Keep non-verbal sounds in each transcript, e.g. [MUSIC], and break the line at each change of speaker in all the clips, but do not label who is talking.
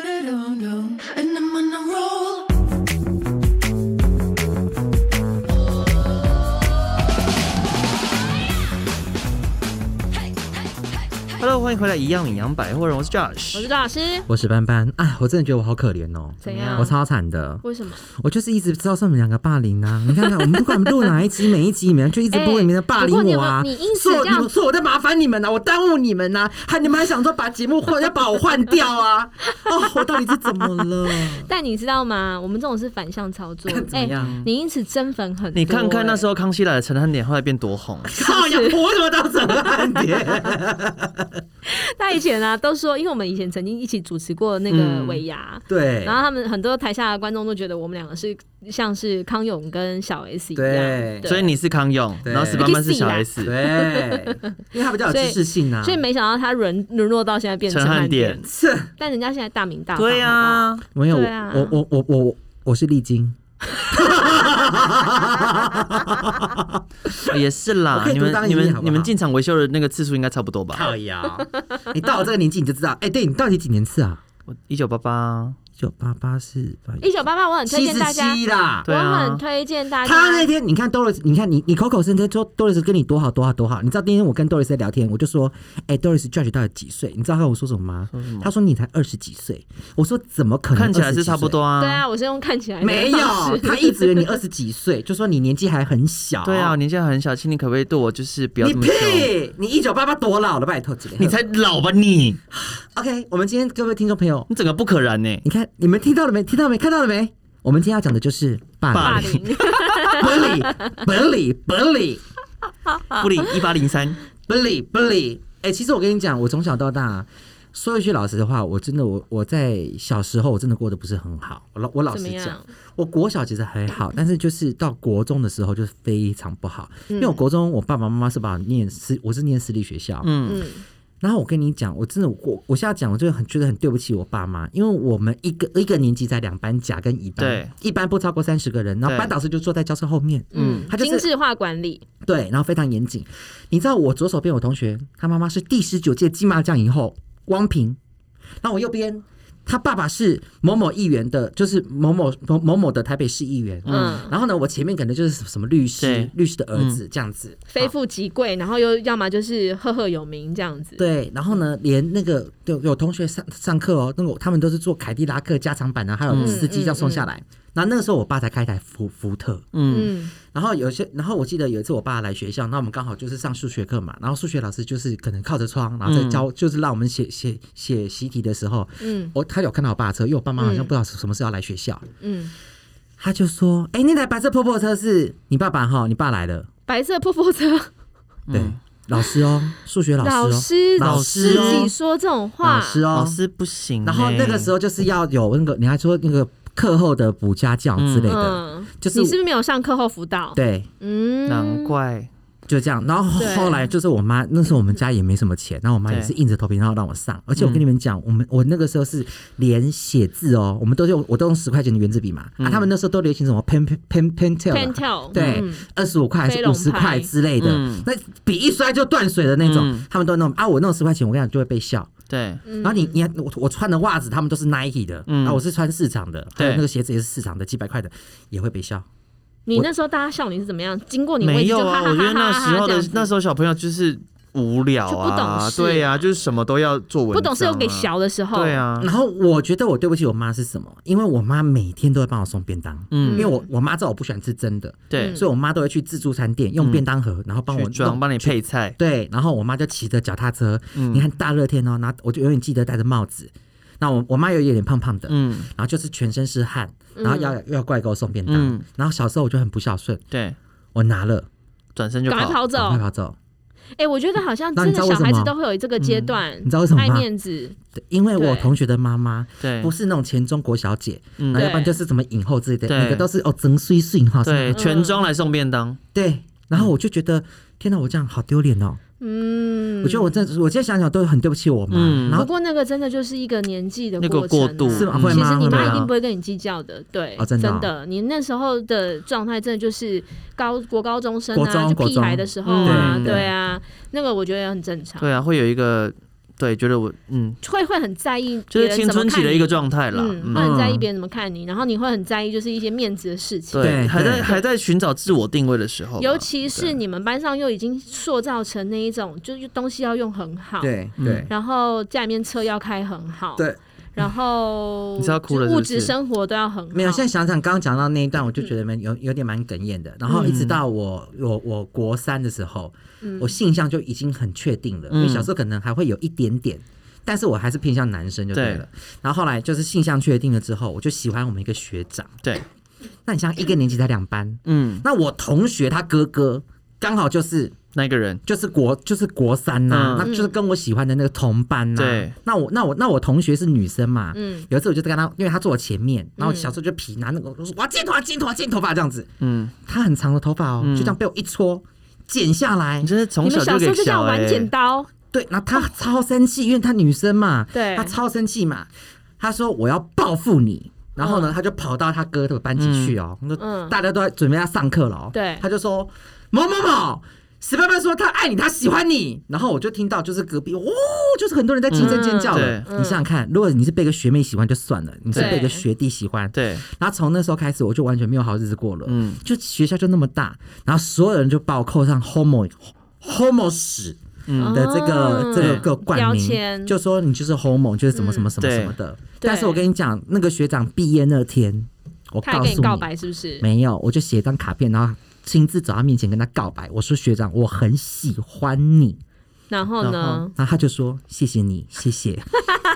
And I'm on a roll.
哈喽，欢迎回来，一样领养百货人，我是 Josh，
我是大师，
我是班班，哎，我真的觉得我好可怜哦，
怎样
我超惨的，
为什么？
我就是一直遭受你们两个霸凌啊！你看看，我 [LAUGHS] 们不管录哪一集，每一集你们就一直播
哎
你们的霸凌
不过你有
我
[LAUGHS]
啊，
没有你因此
说我
这样
说我在麻烦你们呐、啊，我耽误你们呐、啊，害你们还想说把节目换，要把我换掉啊！ [LAUGHS] 哦，我到底是怎么了？
但你知道吗？我们这种是反向操
[LAUGHS]
作。哎
怎么样
你因此增粉很多。
你看看那时
候，
候康熙来了，陈汉典后来变多红，
靠呀，我怎么到这么烂点？
他以前啊都说，因为我们以前曾经一起主持过那个尾牙，
嗯对
然后他们很多台下的观众都觉得我们两个是像是康永跟小 S 一样，
对
所以你是康永，
对
然后史班班是小 S，
啊
[LAUGHS] 对，因为他比较有知识性啊，
所以没想到他沦沦落到现在变成
陈汉典
典，，
是
但人家现在大名大放，
对
好
啊，
没有
对啊
我我我我我我是丽晶。
哦也是啦
我，可以
你
独当
们
一
你
面
们
好不
你
好
们进厂维修的那个次数应该差不多吧？
[LAUGHS]
靠呀！你到我这个年纪你就知道，哎、对你到底几年次啊？
我一九八八，
一九八八是八
不好。一九八八，我很哎推
七
荐
十
大家，
七啦。
对啊
我很推荐大家。
他那天，你看 Doris，你看你，你口口声声说 Doris 跟你多好多好多好，你知道那天我跟 Doris 在聊天，我就说，哎、d o r i s Judge 到底几岁？你知道他跟我说什么吗？他说你才二十几岁。我说怎么可能？
看起来是差不多。啊，
对啊，我是用看起来的
没有
方式， [LAUGHS]
他一直以为你二十几岁，就说你年纪还很小。
对啊，我，年纪还很小，请你可不可以对我就是不要
你
这么凶？
屁！你一九八八多老了，拜托姐。
你才老吧你，
OK？我们今天各位听众朋友，
你整个不可燃呢、
你看你们听到了没？听到了没？看到了没？我们今天要讲的就是霸凌。 [LAUGHS]
霸凌。
bully bully bully
不理一八零三，
bully bully。哎、其实我跟你讲，我从小到大，说一句老实的话，我真的我我在小时候我真的过得不是很好。我老我老
[LAUGHS]
实
怎么
讲
样，
我国小其实还好，但是就是到国中的时候就是非常不好，因为我国中我爸爸妈妈是把我念私，我是念私立学校，
嗯，
嗯，
然后我跟你讲，我真的我我现在讲，我就很觉得很对不起我爸妈，因为我们一个一个年级才两班甲跟乙班，
对，
一班不超过三十个人，然后
对
班导师就坐在教室后面，嗯，他就是
精致化管理，
对，然后非常严谨。你知道我左手边我同学，他妈妈是第十九届金马奖影后汪平，然后我右边他爸爸是某某议员的，就是某某某某某的台北市议员。
嗯，
然后呢，我前面可能就是什么什么律师
对，
律师的儿子这样子。
非富即贵，然后又要么就是赫赫有名这样子，
对，然后呢，连那个有有同学上上课哦，那个他们都是坐凯迪拉克加长版啊，还有
嗯
司机这样送下来。然后那个时候，我爸才开一台福福特，
嗯，
然后有些，然后我记得有一次我爸来学校，那我们刚好就是上数学课嘛，然后数学老师就是可能靠着窗，然后在教，就是让我们写写写习题的时候，
嗯
我他有看到我爸的车，因为我爸妈好像不知道什么时候要来学校，
嗯，
他就说：“哎、那台白色破破车是你爸爸哈，你爸来了。
白色破破车，
对，老师哦，数学老师哦，
嗯老师啊
老
自
师哦
己，说这种话
老，师
老
哦。
师不行、
然后那个时
候，
候就是要有那个，你还说那个课后的补家教之类的，
嗯，
就是
你是不是没有上课后辅导？，
对。
嗯，
难怪，
就这样，然后
对
后来就是我妈，那时候我们家也没什么钱，然后我妈
对
也是硬着头皮，然后让我上。而且我跟你们讲，我们我那个时候是连写字哦，我们都用我都用十块钱的圆珠笔嘛，啊，他们那时候都流行什么 pen pen pen pentel 啊
Pentel，
对
嗯，
二十五块还
飞
是
龙
五十
牌
块之类的
嗯，
那笔一摔就断水的那种
嗯，
他们都弄啊，我弄十块钱，我跟你讲就会被笑。
对，
然后你你还我我穿的袜子，他们都是 Nike 的，
嗯
然后我是穿市场的，还有
对
那个鞋子也是市场的，几百块的也会被笑。
你那时候大家笑你是怎么样？经过你位
没
置就
有
哈
啊，
哈哈
我觉得那
哈哈
时
哈
候
这样
的
子
啊
那时候小朋友就是无聊
就不懂
啊，
事
对
啊
啊，就是什么都要做文章啊、
不懂事又给小的时候，
对，啊，
然后我觉得我对不起我妈是什么？因为我妈每天都会帮我送便当，
嗯
因为我我妈知道我不喜欢吃真的，
对，
所以我妈都会去自助餐店用便当盒，然后帮我
去装嗯
弄
帮你配菜，
对，然后我妈就骑着脚踏车，你看大热天哦，然后我就永远记得戴着帽子。那我我妈有一点胖胖的，
嗯
然后就是全身是汗，然后要又要过来给我送便当。
嗯
然后小时候我就很不孝顺，
对，
我拿了
转身就
赶快
跑，
跑
赶快
走。
跑走，
哎，我觉得好像
那
真
你
的
知道为
小
什
孩子
么嗯
都会有这个阶段，
你知道为什么
爱
吗
面子，
对因为我
对
同学的妈妈
对
不，是那种前中国小姐，
嗯
然后要不然就是什么影后之类的，
对
每个都是哦，真碎碎哈，什么
对，全装来送便当，
对，然后我就觉得，天哪，我这样好丢脸哦！
嗯，
我觉得我这，我现在想想都很对不起我妈。
嗯
然
不
后
过那个真的就是一个年纪的
那个
过程啊
过渡
是吗
嗯
会
其
吗
实你妈一定
会啊啊
不会跟你计较的，对，
哦真的哦
你那时候的状态真的就是高国高中生
国
啊，
中
就屁孩的时候啊，
国中嗯
对啊，那个我觉得也很正常。
对啊，会有一个对，觉得我嗯，
会会很在意，
就是青春期的一个状态啦，
嗯，会
嗯，
很在意别人怎么看你，然后你会很在意就是一些面子的事情。
对，还
对
在还在寻找自我定位的时候吧，
尤其是
对
你们班上又已经塑造成那一种，就是东西要用很好，
对
嗯
对
然后家里面车要开很好，
对，
然后
你是要哭了
就是物
是不
质
是
生活都要很好。
没有。现在想想，刚刚讲到那一段，我就觉得蛮有有点蛮哽咽的。然后
嗯
一直到我我我国三的时候，我性向就已经很确定
嗯
了，因为小时候可能还会有一点点。但是我还是偏向男生就对了。然后后来就是性向确定了之后，我就喜欢我们一个学长。
对，
那你像一个年级才两班，
嗯，
那我同学他哥哥刚好就是
那一个人，
就是国就是国三呐、
嗯
那就是跟我喜欢的那个同班呐、
对
那我那我那我同学是女生嘛，
嗯
有一次我就在跟她，因为她坐我前
嗯
面，然后我小时候就皮拿那个，我说我要剪头发，剪头发，剪头发这样子。
嗯，
她很长的头发哦，就这样被我一戳。剪下来
你，真是从
你们
小
小时
给
候就这
小
样玩
哎，
剪刀，
对，然后她超生气，因为她女生嘛，
对
她超生气嘛，她说我要报复你，然后
嗯
呢，她就跑到她哥的班级去哦，那
嗯
大家都在准备要上课了哦，
对
她就说某某某，史班班说他爱你，他喜欢你，然后我就听到就是隔壁哦，就是很多人在惊声尖叫了
嗯，
你想想看，如果你是被一个学妹喜欢就算了，你是
对
被一个学弟喜欢，
[LAUGHS] 对，
然后从那时候开始，我就完全没有好日子过了。嗯
嗯，
就学校就那么大，然后所有人就把我扣上 homo homo 史的这个、
哦
这个个冠
标
名，
签
就说你就是 homo，就是什么什么什么什么的。
对
但是我跟你讲，那个学长毕业那天，我
他还
告
跟
诉
你
你，
告白是不是？
没有，我就写一张卡片，然后亲自走到他面前跟他告白。我说学长，我很喜欢你。
然后
然后
呢？，
然后他就说谢谢你，谢谢。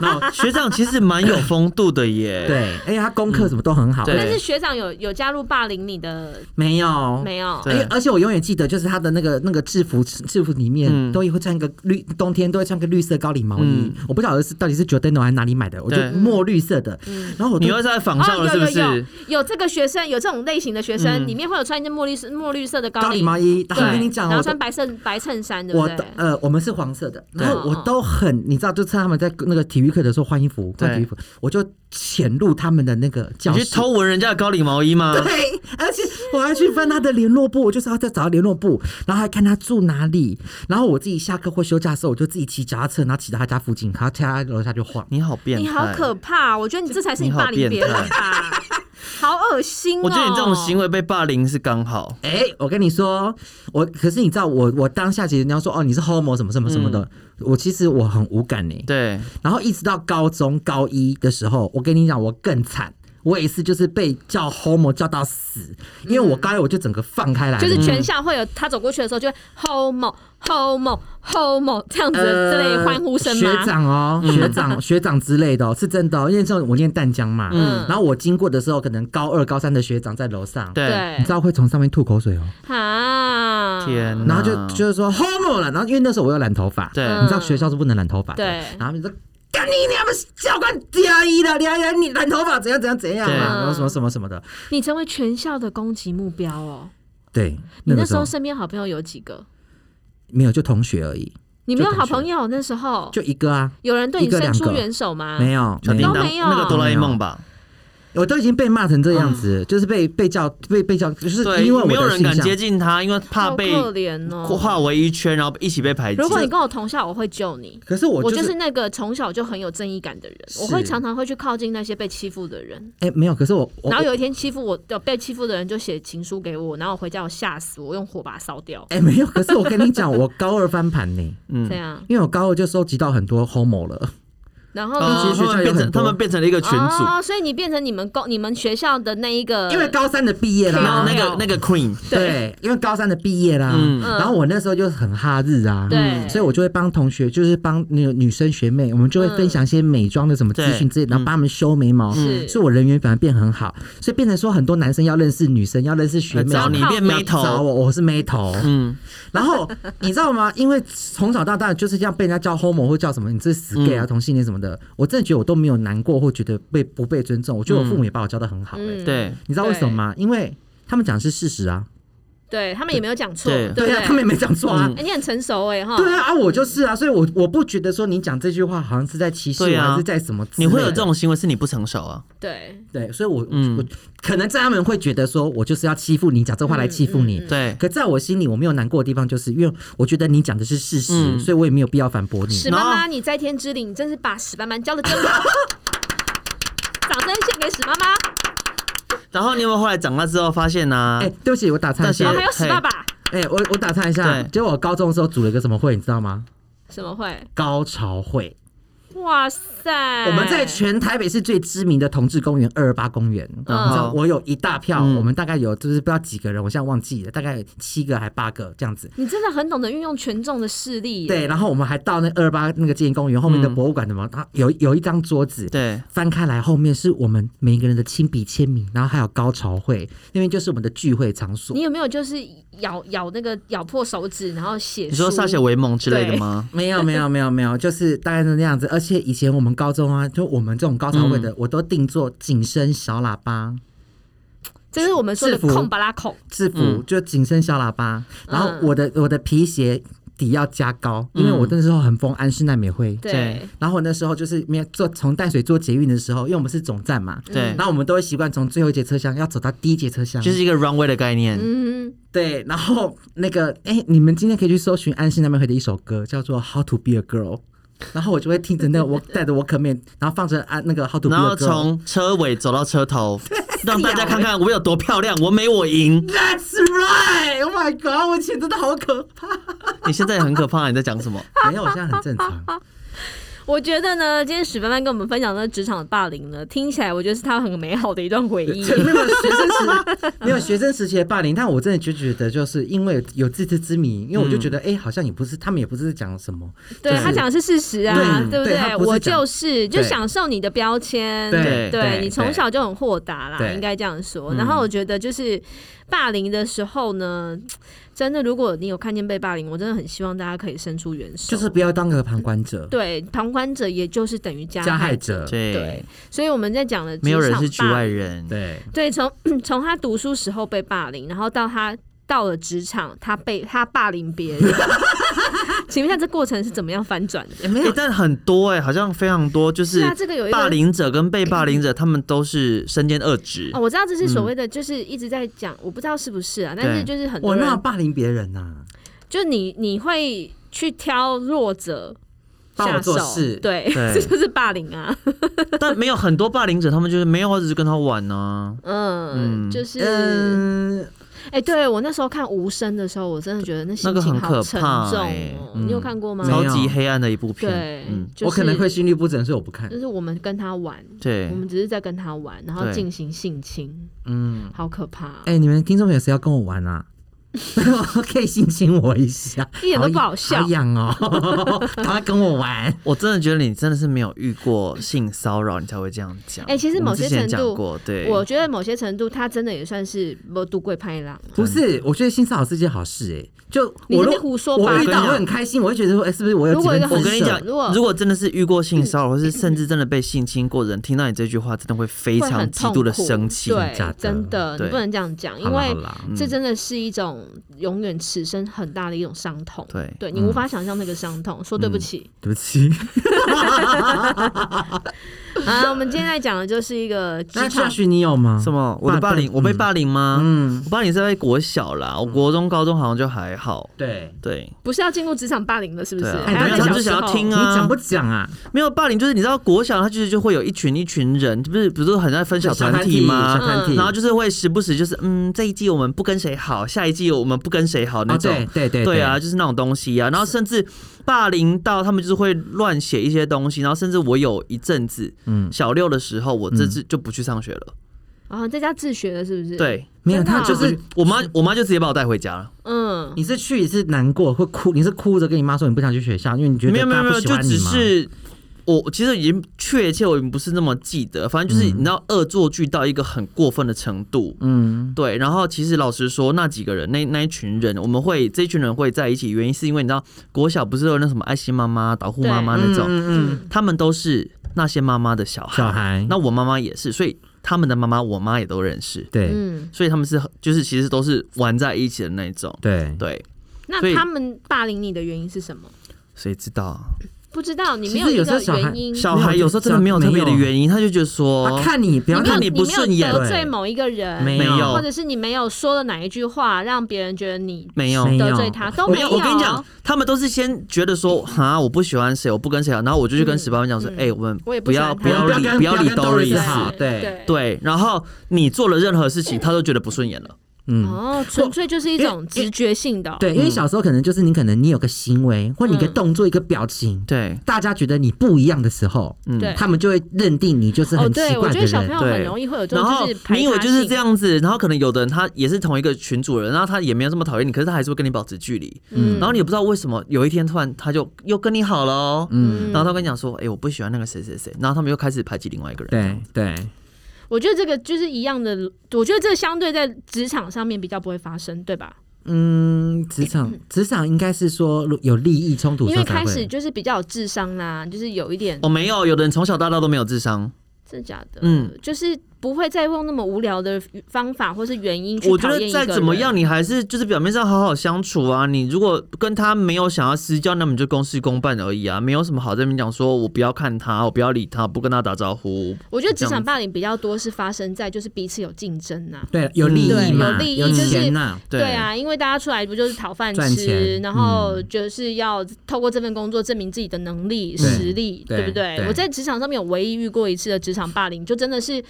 那我学长其实蛮有风度的
[LAUGHS]
耶，
对，而且他功课什么都很好。
嗯对
但是学长有有加入霸凌你的
没有，
没有？
对
而且而且我永远记得，就是他的那个那个制服制服里面
嗯
都会穿一个绿，冬天都会穿个绿色高领毛衣。
嗯
我不晓得是到底是 Jordano 还是哪里买的，我就
对
墨绿色的。然后我
你
就
又在仿效
哦，
了是不
有
是？
有有有这个学生，有这种类型的学生，里面会有穿一件墨绿色墨绿色的
高领
领
毛衣，
对，
然后我跟你讲
然后
哦，我
穿
都
白衬白衬衫，对不
我
对
都？呃，我们是黄色
嗯
的，然后
对
我都很，你知道，就趁他们在那个体育课的时候换衣服，换
对
体育服，我就潜入他们的那个教
你
室
去。偷闻人家的高领毛衣
[LAUGHS]
吗？
[LAUGHS] 对，而且我还去翻他的联络簿，我就是要再找他联络簿，然后还看他住哪里。然后我自己下课或休假的时候，我就自己骑脚踏车，然后骑到他家附近，然后骑到他楼下就晃。
你好变态，
你好可怕、我觉得你这才是你霸凌别人
你
吧， [LAUGHS] 好恶心哦！
我觉得你这种行为被霸凌是刚好，
哎、我跟你说，我可是你知道我，我当下其实人家说哦，你是 homo 什么什么什么的，
嗯
我其实我很无感呢、
对，
然后一直到高中高一的时候，我跟你讲，我更惨。我也是，就是被叫 homo 叫到死，因为我高一我就整个放开来了，
就是全校会有他走过去的时候，就会 homo homo homo 这样子的之类的欢呼声
嗯呃学
吗？
长哦，学长、学长之类的、哦，是真的、哦。因为像我念淡江嘛，
嗯
然后我经过的时候，可能高二、高三的学长在楼上，
对，
你知道会从上面吐口水哦，
对啊，
天哪，
然后就就是说 homo 了，然后因为那时候我有染头发，
对
你知道学校是不能染头发的，
对
然后他们就说。干你娘们！教官加一的，加一你染头发怎样怎样怎样
对
啊？然后什么什么什么的，
你成为全校的攻击目标哦！
对，
你那
那个
时
时
候
候
身边好朋友有几个？
没有就同学而已，
你没有好
就同学
朋友那时候，
就一个啊，
有人对你
一个
伸
两
出
个
援手吗？
没有，
小
没
叮
有
都
当
没有
那个哆啦 A 梦吧，
我都已经被骂成这样子，就是被被叫被被叫，就是
对，
因为我
没有
的
人敢
性向
接近他，因为怕
好
被
可哦怜哦！
化为一圈，然后一起被排挤。
如果你跟我同校，我会救你。
可是我
我
就
就是是那个从小就很有正义感的人，我
是
会常常会去靠近那些被欺负的人。
哎、没有，可是我我
然后
我
有一天欺负我的被欺负的人就写情书给我，然后我回家我吓死，我用火把它烧掉，
哎、没有，可是我跟你讲，我高二翻盘呢，
这样。
因为我高二就收集到很多 homo 了，
然后
哦
呢？
其实学校
他们
有
变
很
成
多
他们变成了一个群组，
哦，所以你变成你们公你们学校的那一个，
因为高三的毕业
然后
啦，
那个那个 Queen，
对，因为高三的毕业啦，
嗯
然后我那时候就很哈日啊，
对
所以我就会帮同学，就是帮那个女生学妹，我们就会分享一些美妆的什么资讯之
嗯
类的，然后帮他们修眉毛，
是
所以我人缘反而变很好，所以变成说很多男生要认识女生，要认识学妹，
找你
要
变
要
眉
找
头，
我，我是妹头，
嗯，
然后你知道吗？因为从小到大就是这样被人家叫 homo 或叫什么，你这是死 gay 啊、同性恋什么
嗯
的，我真的觉得我都没有难过或觉得被不被尊重。我觉得我父母也把我教的很好、欸，
嗯
嗯对，
你知道为什么吗？因为他们讲的是事实啊，
对他们也没有讲
[LAUGHS]
错，
对嗯
对不
对
对？
啊，他们也没讲错啊。
哎你很成熟哎哈，
对啊，啊，我就是啊，所以我我不觉得说你讲这句话好像是在歧视
对
我，
啊
还是在什么之类
你
的？
会有这种行为是你不成熟啊？
对
对，所以我，我、
嗯
我可能在他们会觉得说我就是要欺负你，讲这话来欺负你。
嗯
对，
可在我心里，我没有难过的地方，就是因为我觉得你讲的是事实，
嗯
所以我也没有必要反驳你。
史
然
妈
后
妈，你在天之灵，你真是把史班班教的真好。掌声献给史妈妈，
然后你有没有后来长大之后发现啊呢、
哎、对不起，我打岔一
对
然
下
后。还有史爸爸，
哎、我我打岔一下，
对
就我高中的时候组了一个什么会，你知道吗？
什么会？
高潮会。
哇塞！
哎
我们在全台北市最知名的同志公园二二八公园，你知
嗯
道我有一大票，
哦嗯
我们大概有就是不知道几个人，我现在忘记了，大概有七个还八个这样子。
你真的很懂得运用群众的势力耶。
对，然后我们还到那二八那个纪念公园后面的博物馆的嘛，它有有一张桌子，
对，
翻开来后面是我们每一个人的亲笔签名，然后还有高潮会，那边就是我们的聚会场所
你。有没有就是咬咬那个咬破手指，然后写？
你说歃血为盟之类的吗？ [LAUGHS]
没有没有没有没有，就是大概是那样子。而且以前我们高中啊，就我们这种高潮会的，我都定做紧身小喇叭
这是我们说的
制服
空巴拉孔，
制服，
嗯
就紧身小喇叭。然后我的、我的皮鞋底要加高，因为我那时候很疯安室奈美惠。
嗯
对
对，
然后我那时候就是没有坐从淡水坐捷运的时候，因为我们是总站嘛，
对
然，后我们都会习惯从最后一节车厢要走到第一节车厢，
就是一个 runway 的概念。
嗯，
对，然后那个，哎、你们今天可以去搜寻安心那边会的一首歌，叫做《How to Be a Girl》，然后我就会听着那个我带着我可面，然后放着安那个《How to Be
然
a Girl
后》，从车尾走到车头，
[LAUGHS]
让大家看看我有多漂亮，我美我赢。
That's right, Oh my God！我以前真的好可
[LAUGHS]
怕。
你现在很可怕，你在讲什么？
没有，我现在很正常。
我觉得呢，今天史班班跟我们分享的职场霸凌呢，听起来我觉得是他很美好的一段回
[LAUGHS]
忆。
没有学生时，没有学生时期的霸凌，但我真的就觉得，就是因为有自知之明，因为我就觉
嗯
得，哎、好像也不是，他们也不是讲什么，
对
就是
他讲的是事实啊，
对
对不
对他不是
我
讲
就是就
对
享受你的标签，
对对
你从
对
小就很豁达啦，
对
应该这样说。
嗯
然后我觉得就是霸凌的时候呢，真的如果你有看见被霸凌，我真的很希望大家可以伸出援手，
就是不要当个旁观者、
对旁观者也就是等于加
加害
害。
者。
对
对，所以我们在讲的
没有人是
职
局
场霸
外
凌
人。
对，
对，从从他读书时候被霸凌，然后到他到了职场，他被他霸凌别人。 [LAUGHS] 请问一下，这过程是怎么样反转的？
没
哎、
有，
但很多哎、好像非常多，就是是
啊，这个有一个
霸凌者跟被霸凌者，他们都是身兼二职。
哦，我知道这是所谓的，就是一直在讲，我不知道是不是啊，但是就是很
我
多
那有
人，
霸凌别人呐、啊
就你你会去挑弱者
帮我
下手
做事，
对，
对
[LAUGHS] 这就是霸凌啊， [LAUGHS]
但没有很多霸凌者，他们就是没有，我只是跟他玩啊呢、
嗯，就是，哎、
嗯，
对我那时候看《无声》的时候，我真的觉得那心
那个
情
很
好
可
沉重
怕
哦、
欸
你有看过吗？
没有
超级黑暗的一部片
嗯对。，
嗯，
就是、嗯
我可能会心律不整，所以我不看
就。是我们跟他玩，
对
我。们只是在跟他玩，然后
对
进行性侵，
嗯，
好可怕、
哎、你们听众朋友谁要跟我玩啊？ [LAUGHS] 可以性侵我一下，
一点都不好笑
好痒哦！ [LAUGHS] 他跟我玩，
我真的觉得你真的是没有遇过性骚扰，你才会这样讲。
哎其实
我们
某些
之前
程
讲
度
过，对，
我觉得某些程度，他真的也算是没渡贵拍郎。
不是？我觉得性骚扰是件好事、哎，就
你
我
在那边
如
胡说八
我
道
遇到我会很开心，我会觉得说，哎、是不是我有
如
几
果
分
一个
姿色？
我跟你讲，
如果
如果真的是遇过性骚扰，或是甚至真的被性侵过的人，听到你这句话，真的会非
会
常
很
极
痛
度的
苦
生气。
对
假的，
真的，你
对
不能这样讲，因
好啦
为
好啦，
嗯
这真的是一种永远此生很大的一种伤痛。
对嗯
你无法想象那个伤痛。说对不起 [LAUGHS]
对不起。
[LAUGHS]
啊，我们今天在讲的就是
[LAUGHS]
一个职
那夏
场，
许你有吗？
什么？我的
霸
霸凌，我被
嗯
霸凌吗？
嗯
我霸凌是在国小啦，我国中、高中好像就还好。
对，
对，
不是要进入职场霸凌了，是不是？
对啊
还要在
哎没有
小
他
就
时
想要
候
听
你
啊
讲不讲啊？
没有霸凌，就是你知道国小，它就是就会有一群一群人，不是不是很爱分小团体
小
吗？嗯
团体，
然后就是会时不时就是嗯，这一季我们不跟谁好，下一季我们不跟谁好那
哦，
种。
对对对
对啊，，就是那种东西啊，然后甚至霸凌到他们就是会乱写一些东西，然后甚至我有一阵子
嗯，
小六的时候，我这次就不去上学了。
啊，在家自学的，是不是？，
对
没有，
真的
他
啊
嗯就是
我妈，我妈就直接把我带回家了。
嗯，
你是去一次难过会哭，你是哭着跟你妈说你不想去学校，因为你觉得
没有没有
大
没有，
家不喜
就
欢你
只
吗
是我其实已经确切，我已经不是那么记得，反正就是你知道恶作剧到一个很过分的程度。
嗯
对，然后其实老实说，那几个人，那那一群人，我们会这一群人会在一起，原因是因为你知道国小不是有那什么爱心妈妈、保护妈妈那种，
嗯嗯嗯
他们都是那些妈妈的小孩，
小孩
那我妈妈也是，所以他们的妈妈，我妈也都认识，
对
嗯，
所以他们是就是其实都是玩在一起的那种。
对，
对，所
那
以
他们霸凌你的原因是什么？
谁知道啊？
不知道，你
其
没
实
一
有时候
个
小孩
原因，
小孩有时候真的没有啊特别的原因，他就觉得说
他，看你不要
你没有
看
哦你不顺眼
你没有得罪某一个人，
没
有
或者是你没有说了哪一句话让别人觉得你
没有
没有
得罪他，都
我
没
跟
有。
我跟你讲，，他们都是先觉得说，哈，我不喜欢谁，我不跟谁好，然后我就去跟
嗯
十八班讲说，
嗯
哎，我们
我也不
不要
喜欢他
要
不要
理
跟
不要
不
理 Doris，
要跟 Doris
哈
好对
对。
对，然后你做了任何事情，他都觉得不顺眼了，
嗯。
哦，纯粹就是一种直觉性的哦、
对，因为
嗯
小时候可能就是你可能你有个行为或你一个动作一个表情，
对，
大家觉得你不一样的时候，
嗯
对
他们就会认定你就是
哦，
很奇
对，我
怪
觉
的
得小朋
人。
友
对
很容易会有这
然
种
后
就是排他
你以为就是
性
这，样子，然后可能有的人他也是同一个群主人，然后他也没有这么讨厌你，可是他还是会跟你保持距离。
嗯
然后你也不知道为什么，有一天突然他就又跟你好了哦、
嗯，
然后他跟你讲说，哎、我不喜欢那个谁谁谁，然后他们又开始排挤另外一个人。
对对，
我觉得这个就是一样的，我觉得这相对在职场上面比较不会发生，对吧？
嗯，职场职场应该是说如有利益冲突的
因
时
为
候才
开始
会。
就是比较有智商啦，就是有一点
哦，没有，有的人从小到大都没有智商。
真的假的，
嗯，
就是不会再用那么无聊的方法或是原因去
我觉
讨厌
得
一个
再
人。
怎么样，你还是就是表面上好好相处啊。你如果跟他没有想要私交，那么你就公事公办而已啊，没有什么好在那边讲说我不要看他，我不要理他，不跟他打招呼。
我觉得职场霸凌比较多是发生在就是彼此有竞争啊呐、
对，有利益
对
嘛，
有利益
有
就是
钱呐，
对
对，啊，因为大家出来不就是讨饭
赚
吃，
钱嗯
然后就是要透过这份工作证明自己的能力、
对
实力，
对
不对？
对
我在职场上面有唯一遇过一次的职场霸凌，就真的是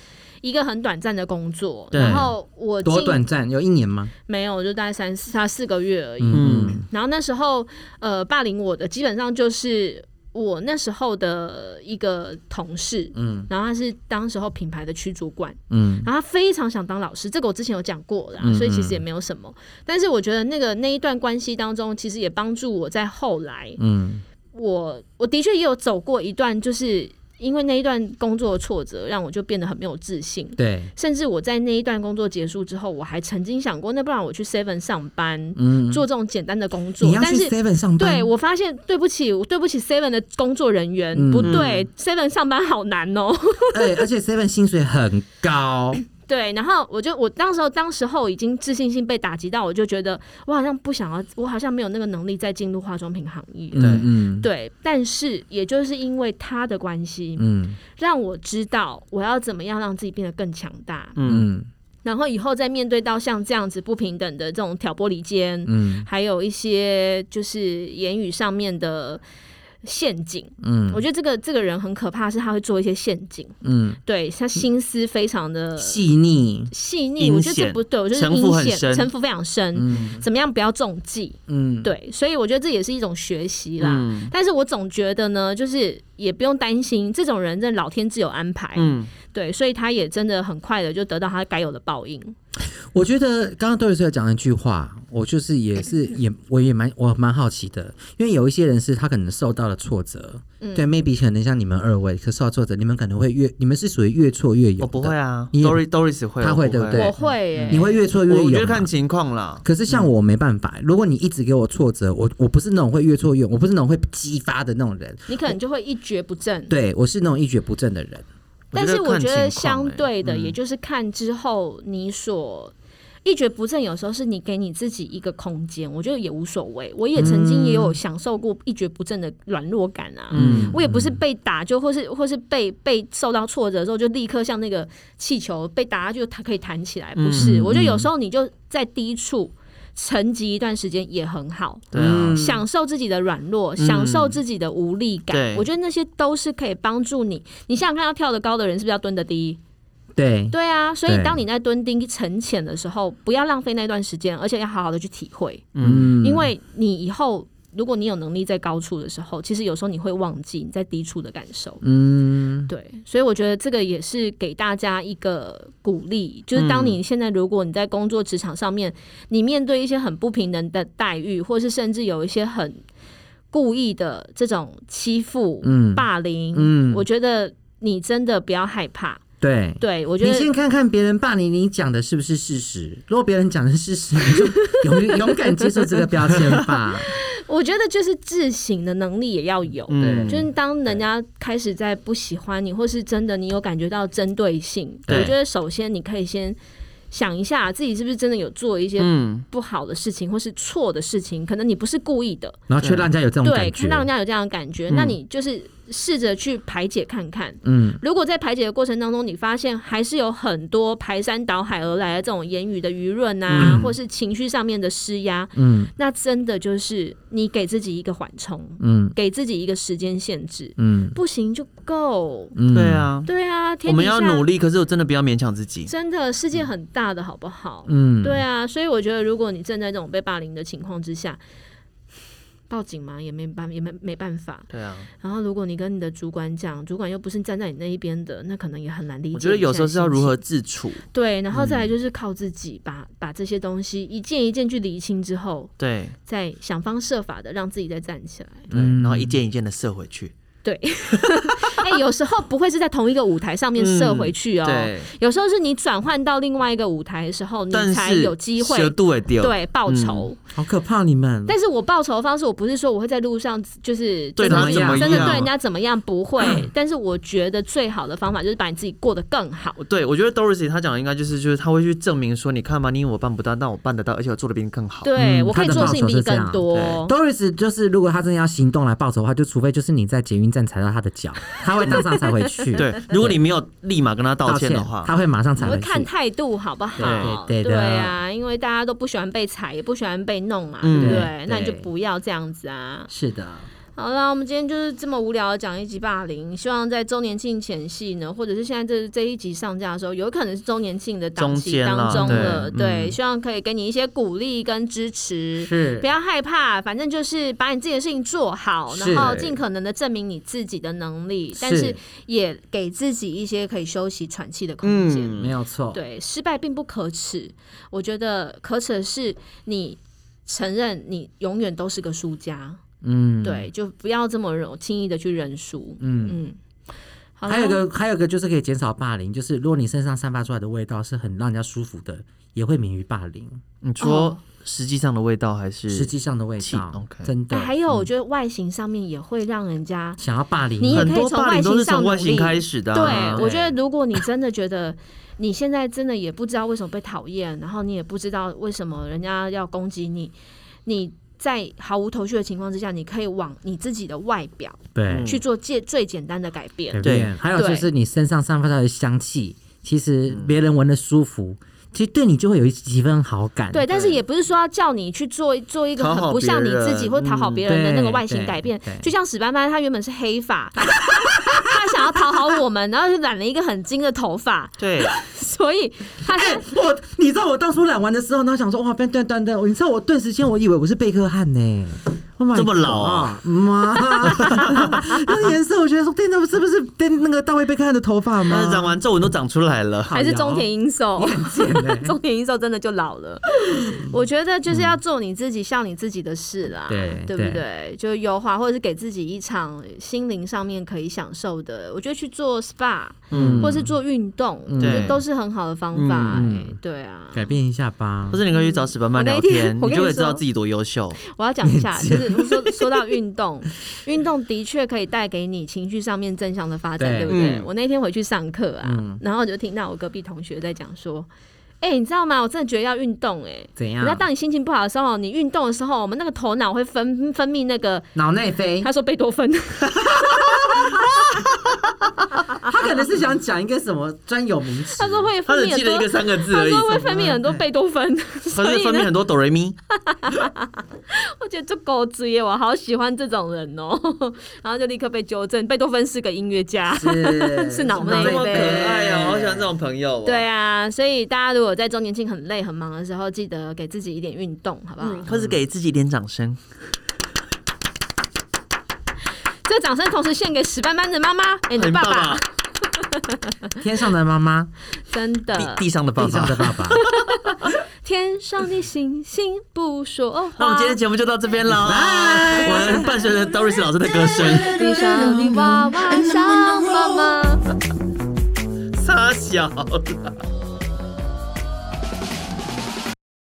一个很短暂的工作，
对
然后我进
多短暂，有一年吗？
没有，就大概三四、四个月而已。
嗯，
然后那时候，呃，霸凌我的基本上就是我那时候的一个同事，嗯，然后他是当时候品牌的区主管，
嗯，
然后他啊非常想当老师，这个我之前有讲过啦，所以其实也没有什么。但是我觉得那个那一段关系当中，其实也帮助我在后来，
嗯，
我我的确也有走过一段，就是因为那一段工作的挫折，让我就变得很没有自信。
对，
甚至我在那一段工作结束之后，我还曾经想过，那不然我去 Seven 上班，
嗯，
做这种简单的工作
你。要
但
去
是
Seven 上班，
对我发现，对不起，对不起 Seven 的工作人员，
嗯
不对，Seven 上班好难哦、
对，而且 Seven 薪水很高，
对，然后我就我当时候当时候已经自信心被打击到，我就觉得我好像不想要，我好像没有那个能力再进入化妆品行业。
嗯
[COUGHS]
嗯
对，但是也就是因为他的关系，
嗯
让我知道我要怎么样让自己变得更强大，
嗯，
嗯
然后以后再面对到像这样子不平等的这种挑拨离间，
嗯
还有一些就是言语上面的陷阱。
嗯
我觉得这个这个人很可怕，是他会做一些陷阱，
嗯，
对他心思非常的
细腻，
细腻。
阴
我觉得这
险
不对，我觉得
城
是
府
阴
很
险，
深
城府非常深。
嗯
怎么样不要中计？
嗯，
对，所以我觉得这也是一种学习啦。
嗯
但是我总觉得呢，就是也不用担心，这种人真的老天自有安排。
嗯，
对，所以他也真的很快的就得到他该有的报应。
我觉得刚刚都有在讲一句话，我就是也是也我也蛮我蛮好奇的，因为有一些人是他可能受到了挫折，
嗯
对，maybe 可能像你们二位，可受到挫折，你们可能会越你们是属于越挫越
我
勇，
不会，啊
你也
，Doris Doris 会，
他
我
会
不
对不对嗯
我会、耶
你会越挫越
我
勇
我
嘛，
觉得看嗯情况啦。
可是像我没办法，如果你一直给我挫折，我我不是那种会越挫越勇，我不是那种会激发的那种人，
你可能就会一蹶不振。
对我是那种一蹶不振的人。
但是我
看
觉
情
得
况
相
欸
对的，也就是看之后你所。一蹶不振，有时候是你给你自己一个空间，我觉得也无所谓。我也曾经
嗯
也有享受过一蹶不振的软弱感啊，
嗯
我也不
嗯
是被打就或是或是被被受到挫折之后就立刻像那个气球被打就它可以弹起来，不
嗯
是。我觉得有时候你就在低处沉寂一段时间也很好，
对啊，嗯
享受自己的软弱，享受自己的无力感。
对
我觉得那些都是可以帮助你。你想想看，要跳得高的人是不是要蹲得低？
对，
对啊，所以
对
当你在蹲低沉潜的时候，不要浪费那段时间，而且要好好的去体会，
嗯
因为你以后。如果你有能力在高处的时候，其实有时候你会忘记你在低处的感受。
嗯
对，所以我觉得这个也是给大家一个鼓励，就是当你现在如果你在工作职场上面，你面对一些很不平等的待遇，或是甚至有一些很故意的这种欺负、
嗯
霸凌，
嗯
我觉得你真的不要害怕。
对。
对我觉
你
得
先看看别人霸凌你讲的是
[LAUGHS]
不是事实，如果别人讲的是事实，你就勇勇敢接受这个标签吧。
我觉得就是自省的能力也要有。
嗯，
就是当人家开始在不喜欢你，或是真的你有感觉到针对性，
对
我觉得首先你可以先想一下自己是不是真的有做一些
嗯，
不好的事情，或是错的事情，可能你不是故意的，
然后却让人家有这种
对，
感
看
觉，
让人家有这样的感觉，那你就是试着去排解看看。
嗯，
如果在排解的过程当中，你发现还是有很多排山倒海而来的这种言语的舆论啊，或是情绪上面的施压，
嗯，
那真的就是你给自己一个缓冲，
嗯，
给自己一个时间限制，
嗯
不行就够。
嗯，
对，啊，
对啊，
我
天
们
底下
要努力，可是我真的不要勉强自己。
真的世界很大的好不好？
嗯，
对啊，所以我觉得，如果你正在这种被霸凌的情况之下，报警嘛也没办也没没办法。
对啊，
然后，如果你跟你的主管讲，主管又不是站在你那一边的，那可能也很难理解。
我觉得有时候是要如何嗯自处。
对，然后再来就是靠自己把、把这些东西一件一件去理清之后，
对
再想方设法的让自己再站起来。
对，
嗯
然后一件一件的射回去。 [LAUGHS]
哎、有时候不会是在同一个舞台上面射回去哦，
嗯对，
有时候是你转换到另外一个舞台的时候，你
但
才
是
有机会
蛇度也丢。
对报
嗯
仇。
好可怕你们，
但是我报仇的方式，我不是说我会在路上就是
对
真的
他怎么
真的
样嗯
对人家怎么样，不会。但是我觉得最好的方法就是把你自己过得更好。
对，我觉得 Doris 他讲的应该就是，就是他会去证明说，你看嘛，你以为我办不到，但我办得到，而且我做的比你更好。
对、
嗯
我可以
他的
做的事情比你更
报
多。
Doris 就是，如果他真的要行动来报仇的话，就除非就是你在捷运站踩到他的
[LAUGHS]
脚，他会当场踩回去。
对，如果你没有立马跟他道
道
歉的话，
他会马上踩
我
回
会
去。
看态度好不好？
对对对的
啊，因为大家都不喜欢被踩，也不喜欢被弄嘛，
嗯
对不对
对？
那你就
对
不要这样子啊。
是的，
好啦，我们今天就是这么无聊的讲一集霸凌，希望在周年庆前夕呢，或者是现在这这一集上架的时候，有可能是周年庆的档期
中间啦
当中了，
对
对，
嗯
希望可以给你一些鼓励跟支持。
是
不要害怕，反正就是把你自己的事情做好，
是
然后尽可能的证明你自己的能力，但是也给自己一些可以休息喘气的空间。
嗯
没有错。
对，失败并不可耻，我觉得可耻的是你承认你永远都是个输家。
嗯，
对，就不要这么容轻易的去认输。
嗯。
嗯，好啦
还有一个，还有一个就是可以减少霸凌，就是如果你身上散发出来的味道是很让人家舒服的，也会免于霸凌。
你
哦
说实际上的味道还是
实际上的味
嗯气
道
，OK，
真的
哎还有我觉得外形上面也会让人
[LAUGHS]
家。
想要霸凌
你也
很
可以
多
从
霸
外
凌都
形
是从
上
外
努
形
力
开始的啊。
对，我觉得如果你真的觉得你现在真的也不知道为什么被讨厌，然后你也不知道为什么人家要攻击你，你在毫无头绪的情况之下，你可以往你自己的外表
对
嗯
去做最最简单的改变。
改
对
变，还有就
对
是你身上散发出来的香气，其实
嗯
别人闻的舒服，其实对你就会有一几分好感。
对，但是也不是说要叫你去做做一个
讨
很
好
不像你
别人
自己或讨好别人的
嗯
那个
对
外形
对
改变
对。
就像史班班，他原本是黑发，他想要讨好我们，然后就染了一个很金的头发，
对，
所以他是
哎我，你知道我当初染完的时候，然后想说哇，变断断断，你知道我顿时间我以为我是贝克汉呢、Oh my
这么老
God
啊 [LAUGHS]
妈！那个颜色，我觉得说，天哪，是不是跟那个大卫贝克汉的头发
但
吗
是？长完皱纹都长出来了。
还是中田英寿。
贱欸
中年一寿真的就老了。我觉得就是要做你自己，像你自己的事啦，
对
对不对？就优化，或者是给自己一场心灵上面可以享受的。我觉得去做 SPA，
嗯
或是做运动，我觉
对
得都是很好的方法、
嗯
哎对啊，
改变一下吧
或。是你可以去找史班班
我那
聊
一天
天，
我跟
你就
你
会知道
说
自己多优秀。
我要讲
[LAUGHS]
一下，就是说说到运动， [LAUGHS] 运动的确可以带给你情绪上面正向的发展，
对
对不对？
嗯
我那天回去上课啊，
嗯
然后我就听到我隔壁同学在讲说。哎、你知道吗？我真的觉得要运动哎、
怎
你
样
知道，？当你心情不好的时候，你运动的时候，我们那个头脑会分 [LAUGHS] 分泌那个，
脑内飞
他，说贝多芬，
[LAUGHS]
他可能是想讲一个什么专有名词。
他说会
他
分
只
泌
记得一
很
个
多，
三个字
他
而已，
说会分泌很多贝多
[LAUGHS]
芬，
可
所
是
以
分泌
呢，
很多哆瑞咪。
我觉得这狗子耶，我好喜欢这种人哦、 [LAUGHS] 然后就立刻被纠正，贝多芬是个音乐家。
是
是脑内
这
对
么可
对
爱呀、好喜欢这种朋友、哦。
对啊，所以大家如果在周年庆很累很忙的时候，记得给自己一点运动，好不好？
或是给自己一点掌声。
这个掌声同时献给史班班的妈妈，哎、你的
你
爸
爸
爸，
天上的妈妈，
真
地
的，
地上的爸
地上
爸
的。爸爸。
天上的星星不说
那我们
话
今天的，节目就到这边了，我们伴随着 Doris 老师的歌声，
地上
哎
的娃娃像妈妈。
傻小。